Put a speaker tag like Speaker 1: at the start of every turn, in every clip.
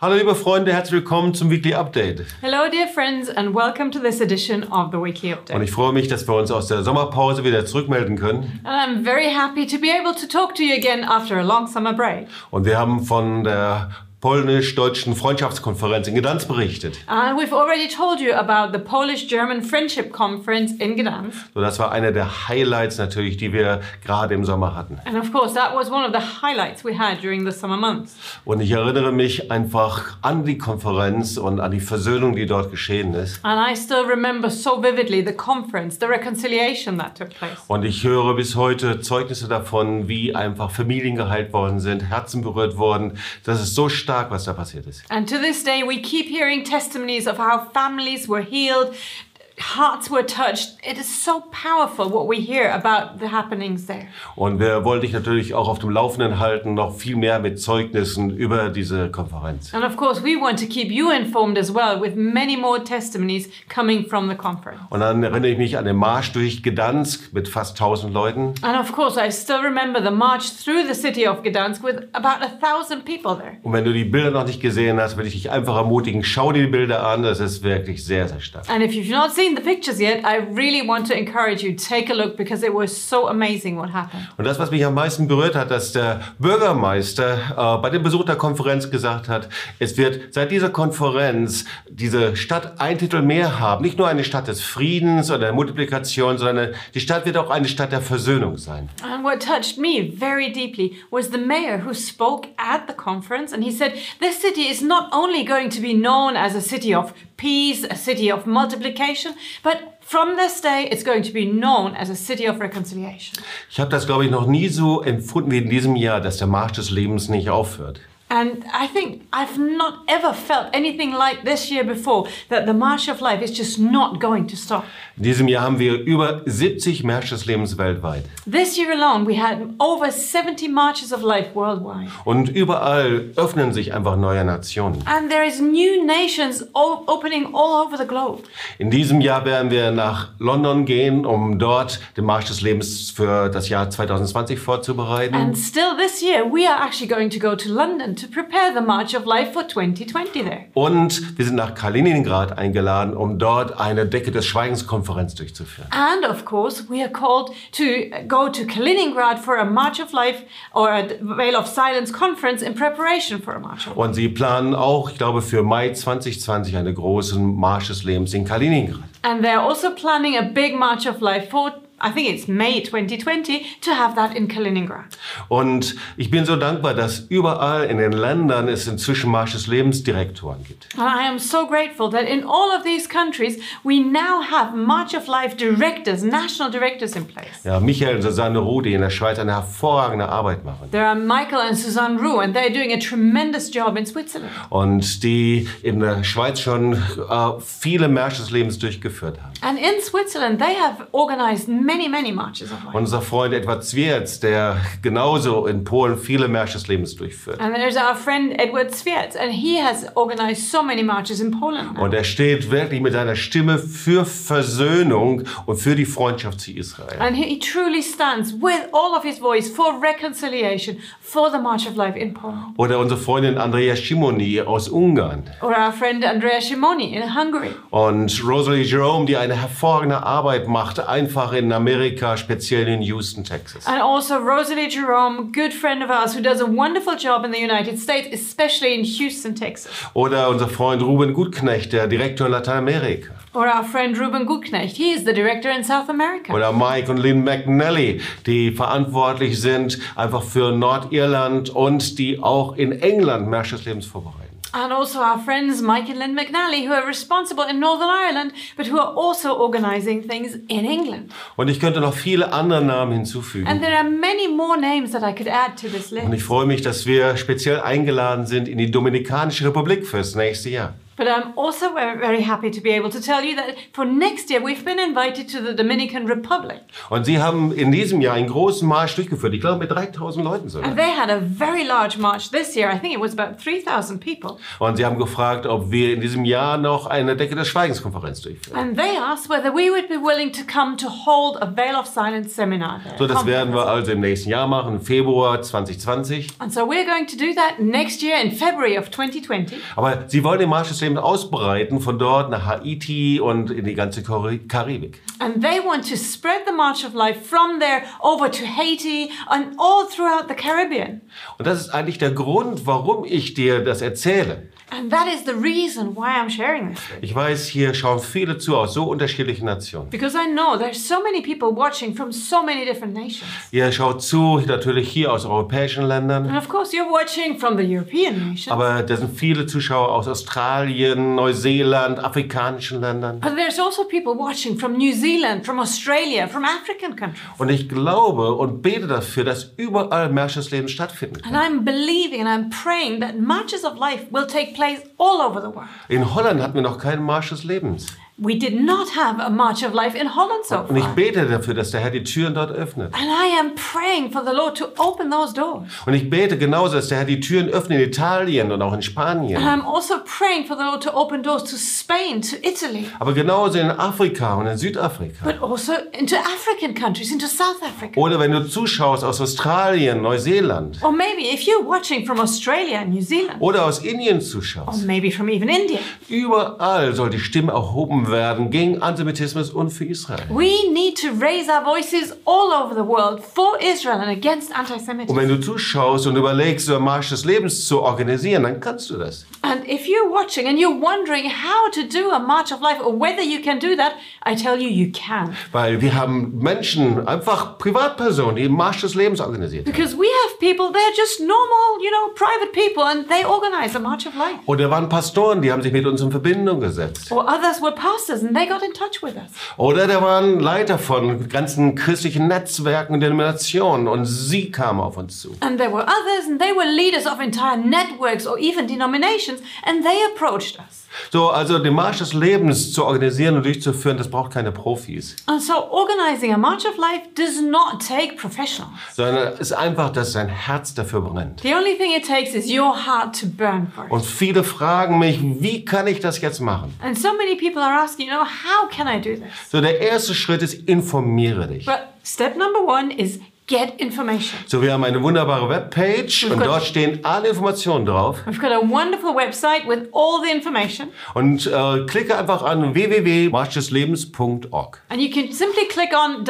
Speaker 1: Hallo liebe Freunde, herzlich willkommen zum Weekly Update.
Speaker 2: Hello, dear friends, and welcome to this edition of the Wiki Update.
Speaker 1: Und
Speaker 2: And
Speaker 1: ich freue mich, dass wir uns aus der Sommerpause wieder zurückmelden können.
Speaker 2: I'm very happy to be able to talk to you again after a long summer break.
Speaker 1: Und wir haben von der polnisch-deutschen Freundschaftskonferenz in Gdansk berichtet.
Speaker 2: Uh, we've already told you about the Polish German Friendship Conference in Gdansk.
Speaker 1: So, das war einer der Highlights natürlich, die wir gerade im Sommer hatten.
Speaker 2: And of course, that was one of the highlights we had during the summer months.
Speaker 1: Und ich erinnere mich einfach an die Konferenz und an die Versöhnung, die dort geschehen ist.
Speaker 2: And I still remember so vividly the conference, the reconciliation that took place.
Speaker 1: Und ich höre bis heute Zeugnisse davon, wie einfach Familien geheilt worden sind, Herzen berührt worden. Das ist so stark, was da passiert ist.
Speaker 2: And to this day, we keep hearing testimonies of how families were healed, hearts were touched. It is so powerful what we hear about the happenings there.
Speaker 1: Und wir wollen dich natürlich auch auf dem Laufenden halten, noch viel mehr mit Zeugnissen über diese Konferenz.
Speaker 2: And of course, we want to keep you informed as well with many more testimonies coming from the conference.
Speaker 1: Und dann erinnere ich mich an den Marsch durch Gdansk mit fast 1000 Leuten.
Speaker 2: And of course, I still remember the march through the city of Gdansk with about a thousand people there.
Speaker 1: Und wenn du die Bilder noch nicht gesehen hast, will ich dich einfach ermutigen, schau dir die Bilder an. Das ist wirklich sehr, sehr stark.
Speaker 2: And if you've not seen the pictures yet, I really want to encourage you take a look because it was so amazing what happened.
Speaker 1: Und das, was mich am meisten berührt hat, dass der Bürgermeister äh, bei dem Besuch der Konferenz gesagt hat, es wird seit dieser Konferenz diese Stadt ein Titel mehr haben. Nicht nur eine Stadt des Friedens oder der Multiplikation, sondern die Stadt wird auch eine Stadt der Versöhnung sein.
Speaker 2: And what touched me very deeply was the mayor who spoke at the conference and he said, This city is not only going to be known as a city of peace, a city of multiplication, but from this day it's going to be known as a city of reconciliation.
Speaker 1: Ich habe das, glaube ich, noch nie so empfunden wie in diesem Jahr, dass der Marsch des Lebens nicht aufhört.
Speaker 2: And I think I've not ever felt anything like this year before that the march of life is just not going to stop.
Speaker 1: In diesem Jahr haben wir über 70 Märsche des Lebens weltweit.
Speaker 2: This year alone, we had over 70 marches of life worldwide.
Speaker 1: Und überall öffnen sich einfach neue Nationen.
Speaker 2: And there is new nations all opening all over the globe.
Speaker 1: In diesem Jahr werden wir nach London gehen, um dort den Marsch des Lebens für das Jahr 2020 vorzubereiten.
Speaker 2: And still this year, we are actually going to go to London to prepare the March of Life for 2020 there.
Speaker 1: Und wir sind nach Kaliningrad eingeladen, um dort eine Decke des Schweigens-Konferenz durchzuführen.
Speaker 2: And of course, we are called to go to Kaliningrad for a March of Life or a Veil of Silence conference in preparation for a March of Life.
Speaker 1: Und sie planen auch, ich glaube, für Mai 2020 einen großen Marsch des Lebens in Kaliningrad.
Speaker 2: And they're also planning a big March of Life for, I think it's May 2020, to have that in Kaliningrad.
Speaker 1: Und ich bin so dankbar, dass überall in den Ländern es inzwischen Marsch des Lebens Direktoren gibt.
Speaker 2: And I am so grateful that in all of these countries, we now have March of Life directors, national directors in place.
Speaker 1: Ja, Michael und Susanne Rudi in der Schweiz eine hervorragende Arbeit machen.
Speaker 2: There are Michael and Suzanne Roux, and they're doing a tremendous job in Switzerland.
Speaker 1: Und die in der Schweiz schon äh, viele Märsche des Lebens durchgeführt haben.
Speaker 2: And in Switzerland, they have organized many, many marches of life.
Speaker 1: Unser Freund Edward Zwierz, der genauso in Polen viele Märsche des Lebens durchführt.
Speaker 2: And there's our friend Edward Sviet, and he has organized so many marches in Poland. now.
Speaker 1: Und er steht wirklich mit seiner Stimme für Versöhnung und für die Freundschaft zu Israel.
Speaker 2: And he he truly stands with all of his voice for reconciliation, for the March of Life in Poland.
Speaker 1: Oder unsere Freundin Andrea Schimoni aus Ungarn.
Speaker 2: Or our friend Andrea Shimoni in Hungary.
Speaker 1: Und Rosalie Jerome, die eine hervorragende Arbeit macht, einfach in Amerika, speziell in Houston, Texas.
Speaker 2: And also Rosalie Jerome, good friend of ours, who does a wonderful job in the United States, especially in Houston, Texas.
Speaker 1: Oder unser Freund Ruben Gutknecht, der Direktor in Lateinamerika.
Speaker 2: Or our friend Ruben Gutknecht, he is the director in South America.
Speaker 1: Oder Mike und Lynn McNally, die verantwortlich sind einfach für Nordirland und die auch in England Märsche des Lebens vorbereiten.
Speaker 2: And also our friends Mike and Lynn McNally, who are responsible in Northern Ireland, but who are also organising things in England.
Speaker 1: Und ich könnte noch viele andere Namen
Speaker 2: And
Speaker 1: hinzufügen.
Speaker 2: there are many more names that I could add to this
Speaker 1: Und
Speaker 2: list.
Speaker 1: ich freue mich, dass wir speziell eingeladen sind in die Dominikanische Republik fürs nächste Jahr.
Speaker 2: But I'm also very, very happy to be able to tell you that for next year we've been invited to the Dominican Republic.
Speaker 1: Und sie haben in diesem Jahr einen großen Marsch durchgeführt. Ich glaube, mit 3000 Leuten sogar.
Speaker 2: And they had a very large march this year. I think it was about 3,000 people.
Speaker 1: Und sie haben gefragt, ob wir in diesem Jahr noch eine Decke des Schweigenskonferenz durchführen.
Speaker 2: And they asked whether we would be willing to come to hold a Veil of Silence seminar. there.
Speaker 1: So, das werden
Speaker 2: Conference.
Speaker 1: wir also im nächsten Jahr machen, im Februar 2020.
Speaker 2: And so we're going to do that next year in February of 2020.
Speaker 1: Aber sie wollen den Marsch des Lebens ausbreiten, von dort nach Haiti und in die ganze Kori- Karibik.
Speaker 2: And they want to spread the March of Life from there over to Haiti and all throughout the Caribbean.
Speaker 1: Und das ist eigentlich der Grund, warum ich dir das erzähle.
Speaker 2: And that is the reason why I'm sharing this.
Speaker 1: Ich weiß, hier schauen viele zu aus so unterschiedlichen Nationen.
Speaker 2: Because I know there's so many people watching from so many different nations.
Speaker 1: Ihr schaut zu, natürlich hier aus europäischen Ländern.
Speaker 2: And of course, you're watching from the European nation.
Speaker 1: Aber da sind viele Zuschauer aus Australien, Neuseeland, afrikanischen Ländern.
Speaker 2: But there's also people watching from New Zealand, from Australia, from African countries.
Speaker 1: Und ich glaube und bete dafür, dass überall Märsche des Lebens stattfinden.
Speaker 2: And I'm believing and I'm praying that marches of life will take place all over the world.
Speaker 1: In Holland hatten wir noch keinen Marsch des Lebens.
Speaker 2: We did not have a march of life in Holland so
Speaker 1: Und ich
Speaker 2: far.
Speaker 1: bete dafür, dass der Herr die Türen dort öffnet.
Speaker 2: And I am praying for the Lord to open those doors.
Speaker 1: Und ich bete genauso, dass der Herr die Türen öffnet in Italien und auch in
Speaker 2: And
Speaker 1: Spanien.
Speaker 2: I'm also praying for the Lord to open doors to Spain, to Italy,
Speaker 1: Aber genauso in Afrika und in Südafrika.
Speaker 2: but also into African countries, into South Africa.
Speaker 1: Oder wenn du zuschaust aus Australien, Neuseeland.
Speaker 2: Or maybe if you're watching from Australia and New Zealand,
Speaker 1: Oder aus Indien
Speaker 2: or
Speaker 1: zuschaust.
Speaker 2: maybe from even India,
Speaker 1: Überall soll die Stimme erhoben werden gegen Antisemitismus und für Israel.
Speaker 2: we need to raise our voices all over the world for Israel and against
Speaker 1: Und
Speaker 2: anti-Semitism.
Speaker 1: wenn du zuschaust und überlegst, so einen Marsch des Lebens zu organisieren, dann kannst du das.
Speaker 2: And if you're watching and you're wondering how to do a march of life or whether you can do that, I tell you, you can.
Speaker 1: Weil wir haben Menschen, einfach Privatpersonen, die einen Marsch des Lebens organisiert haben.
Speaker 2: Because we have people, they're just normal, you know, private people, and they organize a March of Life.
Speaker 1: Und da waren Pastoren, die haben sich mit uns in Verbindung gesetzt.
Speaker 2: Or others were pastors and they got in touch with us.
Speaker 1: Oder da waren Leiter von ganzen christlichen Netzwerken und Denominationen und sie kamen auf uns zu.
Speaker 2: And there were others and they were leaders of entire networks or even denominations, and they approached us.
Speaker 1: So, also den Marsch des Lebens zu organisieren und durchzuführen, das braucht keine Profis,
Speaker 2: And so organizing a March of Life does not take professionals.
Speaker 1: sondern es ist einfach, dass dein Herz dafür brennt.
Speaker 2: The only thing it takes is your heart to burn for it.
Speaker 1: Und viele fragen mich, wie kann ich das jetzt machen?
Speaker 2: And so many people are asking, you know, how can I do this?
Speaker 1: So, der erste Schritt ist, informiere dich.
Speaker 2: But step number one is get information.
Speaker 1: So, wir haben eine wunderbare Webpage und dort stehen alle Informationen drauf.
Speaker 2: We've got a wonderful website with all the information.
Speaker 1: Und äh, klicke einfach an www.marschdeslebens.org.
Speaker 2: And you can simply click on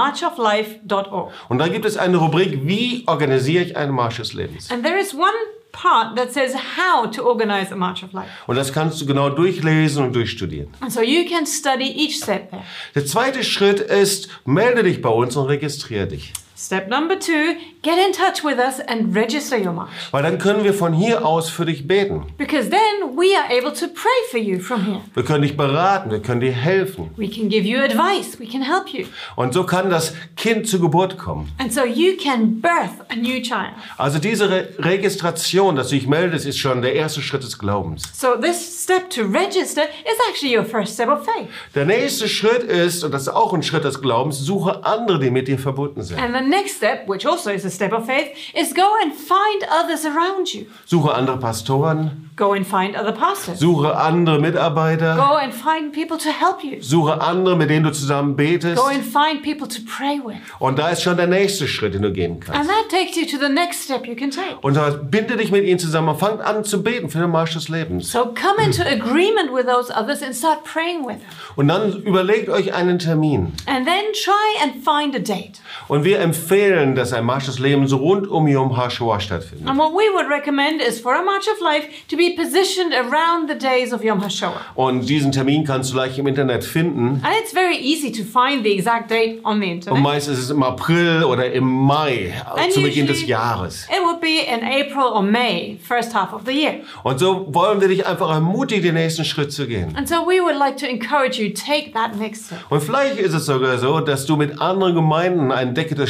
Speaker 2: www.marchoflife.org.
Speaker 1: Und da gibt es eine Rubrik, wie organisiere ich einen Marsch des Lebens?
Speaker 2: And there is one part that says how to organize a March of Life.
Speaker 1: Und das kannst du genau durchlesen und durchstudieren.
Speaker 2: And so you can study each step there.
Speaker 1: Der zweite Schritt ist, melde dich bei uns und registriere dich.
Speaker 2: Step number two get in touch with us and register your march.
Speaker 1: Weil dann können wir von hier aus für dich beten.
Speaker 2: Because then we are able to pray for you from here.
Speaker 1: Wir können dich beraten, wir können dir helfen.
Speaker 2: We can give you advice, we can help you.
Speaker 1: Und so kann das Kind zur Geburt kommen.
Speaker 2: And so you can birth a new child.
Speaker 1: Also diese Re Registration, dass du dich meldest, ist schon der erste Schritt des Glaubens.
Speaker 2: So this step to register is actually your first step of faith.
Speaker 1: Der nächste Schritt ist, und das ist auch ein Schritt des Glaubens, suche andere, die mit dir verbunden sind.
Speaker 2: And the next step, which also is a step of faith, is go and find others around you.
Speaker 1: Suche andere Pastoren,
Speaker 2: Go and find other pastors.
Speaker 1: suche andere Mitarbeiter,
Speaker 2: Go and find people to help you.
Speaker 1: suche andere, mit denen du zusammen betest.
Speaker 2: Go and find people to pray with.
Speaker 1: Und da ist schon der nächste Schritt, den du gehen kannst.
Speaker 2: And that takes you to the next step you can take.
Speaker 1: Und da binde dich mit ihnen zusammen und fang an zu beten für den Marsch des Lebens.
Speaker 2: So come into agreement with those others and start praying with them.
Speaker 1: Und dann überlegt euch einen Termin.
Speaker 2: And then try and find a date.
Speaker 1: Und wir empfehlen, dass ein Marsch des Lebens rund um Yom HaShoah stattfindet.
Speaker 2: And what we would recommend is for a March of Life to be positioned around the days of Yom HaShoah.
Speaker 1: Und diesen Termin kannst du leicht im Internet finden.
Speaker 2: And it's very easy to find the exact date on the
Speaker 1: Und
Speaker 2: internet.
Speaker 1: meist ist es im April oder im Mai,
Speaker 2: And
Speaker 1: zu Beginn des
Speaker 2: usually-
Speaker 1: Jahres.
Speaker 2: It would be in April or May, first half of the year.
Speaker 1: Und so wollen wir dich einfach ermutigen, den nächsten Schritt zu gehen.
Speaker 2: And so we would like to encourage you take that next step.
Speaker 1: Und vielleicht ist es sogar so, dass du mit anderen Gemeinden eine Decke des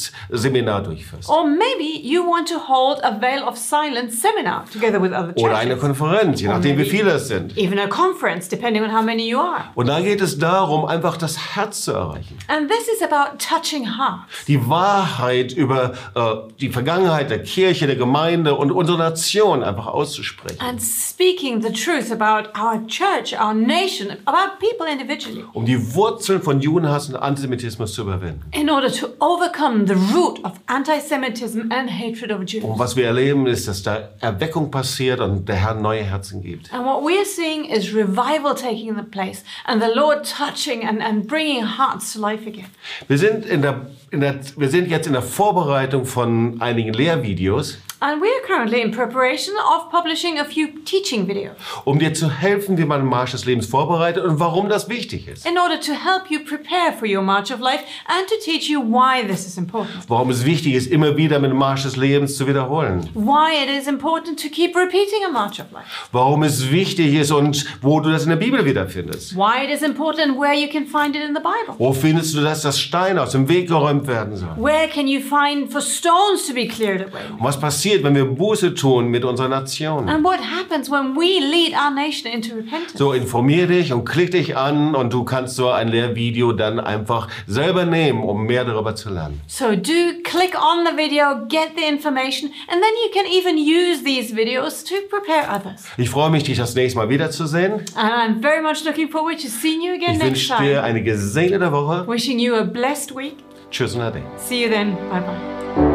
Speaker 1: Schweigensseminar durchführst.
Speaker 2: Or maybe you want to hold a veil of silence seminar together with other
Speaker 1: Oder eine
Speaker 2: churches.
Speaker 1: Konferenz, je nachdem wie viele es sind.
Speaker 2: Even a conference, depending on how many you are.
Speaker 1: Und da geht es darum, einfach das Herz zu erreichen.
Speaker 2: And this is about touching hearts.
Speaker 1: Die Wahrheit über äh, die Vergangenheit der Kirche, der Gemeinde und unserer Nation einfach auszusprechen.
Speaker 2: And speaking the truth about our church, our nation, about people individually,
Speaker 1: Um die Wurzeln von Judenhass und Antisemitismus zu überwinden.
Speaker 2: in order to overcome the root of anti Semitism and hatred of Jews.
Speaker 1: Und was wir erleben, ist, dass da Erweckung passiert und der Herr neue Herzen gibt.
Speaker 2: And what we're seeing is revival taking the place and the Lord touching and, and bringing hearts to life again.
Speaker 1: Wir sind, in der, in der, wir sind jetzt in der Vorbereitung von einigen Lehrvideos,
Speaker 2: And we are currently in preparation of publishing a few teaching videos
Speaker 1: um dir zu helfen, wie man den Marsch des Lebens vorbereitet und warum das wichtig ist.
Speaker 2: in order to help you prepare for your march of life and to teach you why this is important,
Speaker 1: Warum es wichtig ist, immer wieder mit dem Marsch des Lebens zu wiederholen.
Speaker 2: why it is important to keep repeating a march of life,
Speaker 1: warum es wichtig ist und wo du das in der Bibel wiederfindest.
Speaker 2: why it is important where you can find it in the Bible.
Speaker 1: Wo findest du das, dass Steine aus dem Weg geräumt werden sollen?
Speaker 2: Where can you find for stones to be cleared away?
Speaker 1: Und was passiert, wenn wir Buße tun mit unserer Nation?
Speaker 2: And what happens when we lead our nation into repentance?
Speaker 1: So, informier dich und klick dich an und du kannst so ein Lehrvideo dann einfach selber nehmen, um mehr darüber zu lernen.
Speaker 2: So do click on the video, get the information, and then you can even use these videos to prepare others.
Speaker 1: Ich freue mich, dich das nächste Mal wiederzusehen.
Speaker 2: And I'm very much looking forward to seeing you again
Speaker 1: Ich
Speaker 2: next
Speaker 1: wünsche
Speaker 2: time.
Speaker 1: dir eine gesegnete Woche.
Speaker 2: Wishing you a blessed week.
Speaker 1: Tschüss und Ade.
Speaker 2: See you then. Bye bye.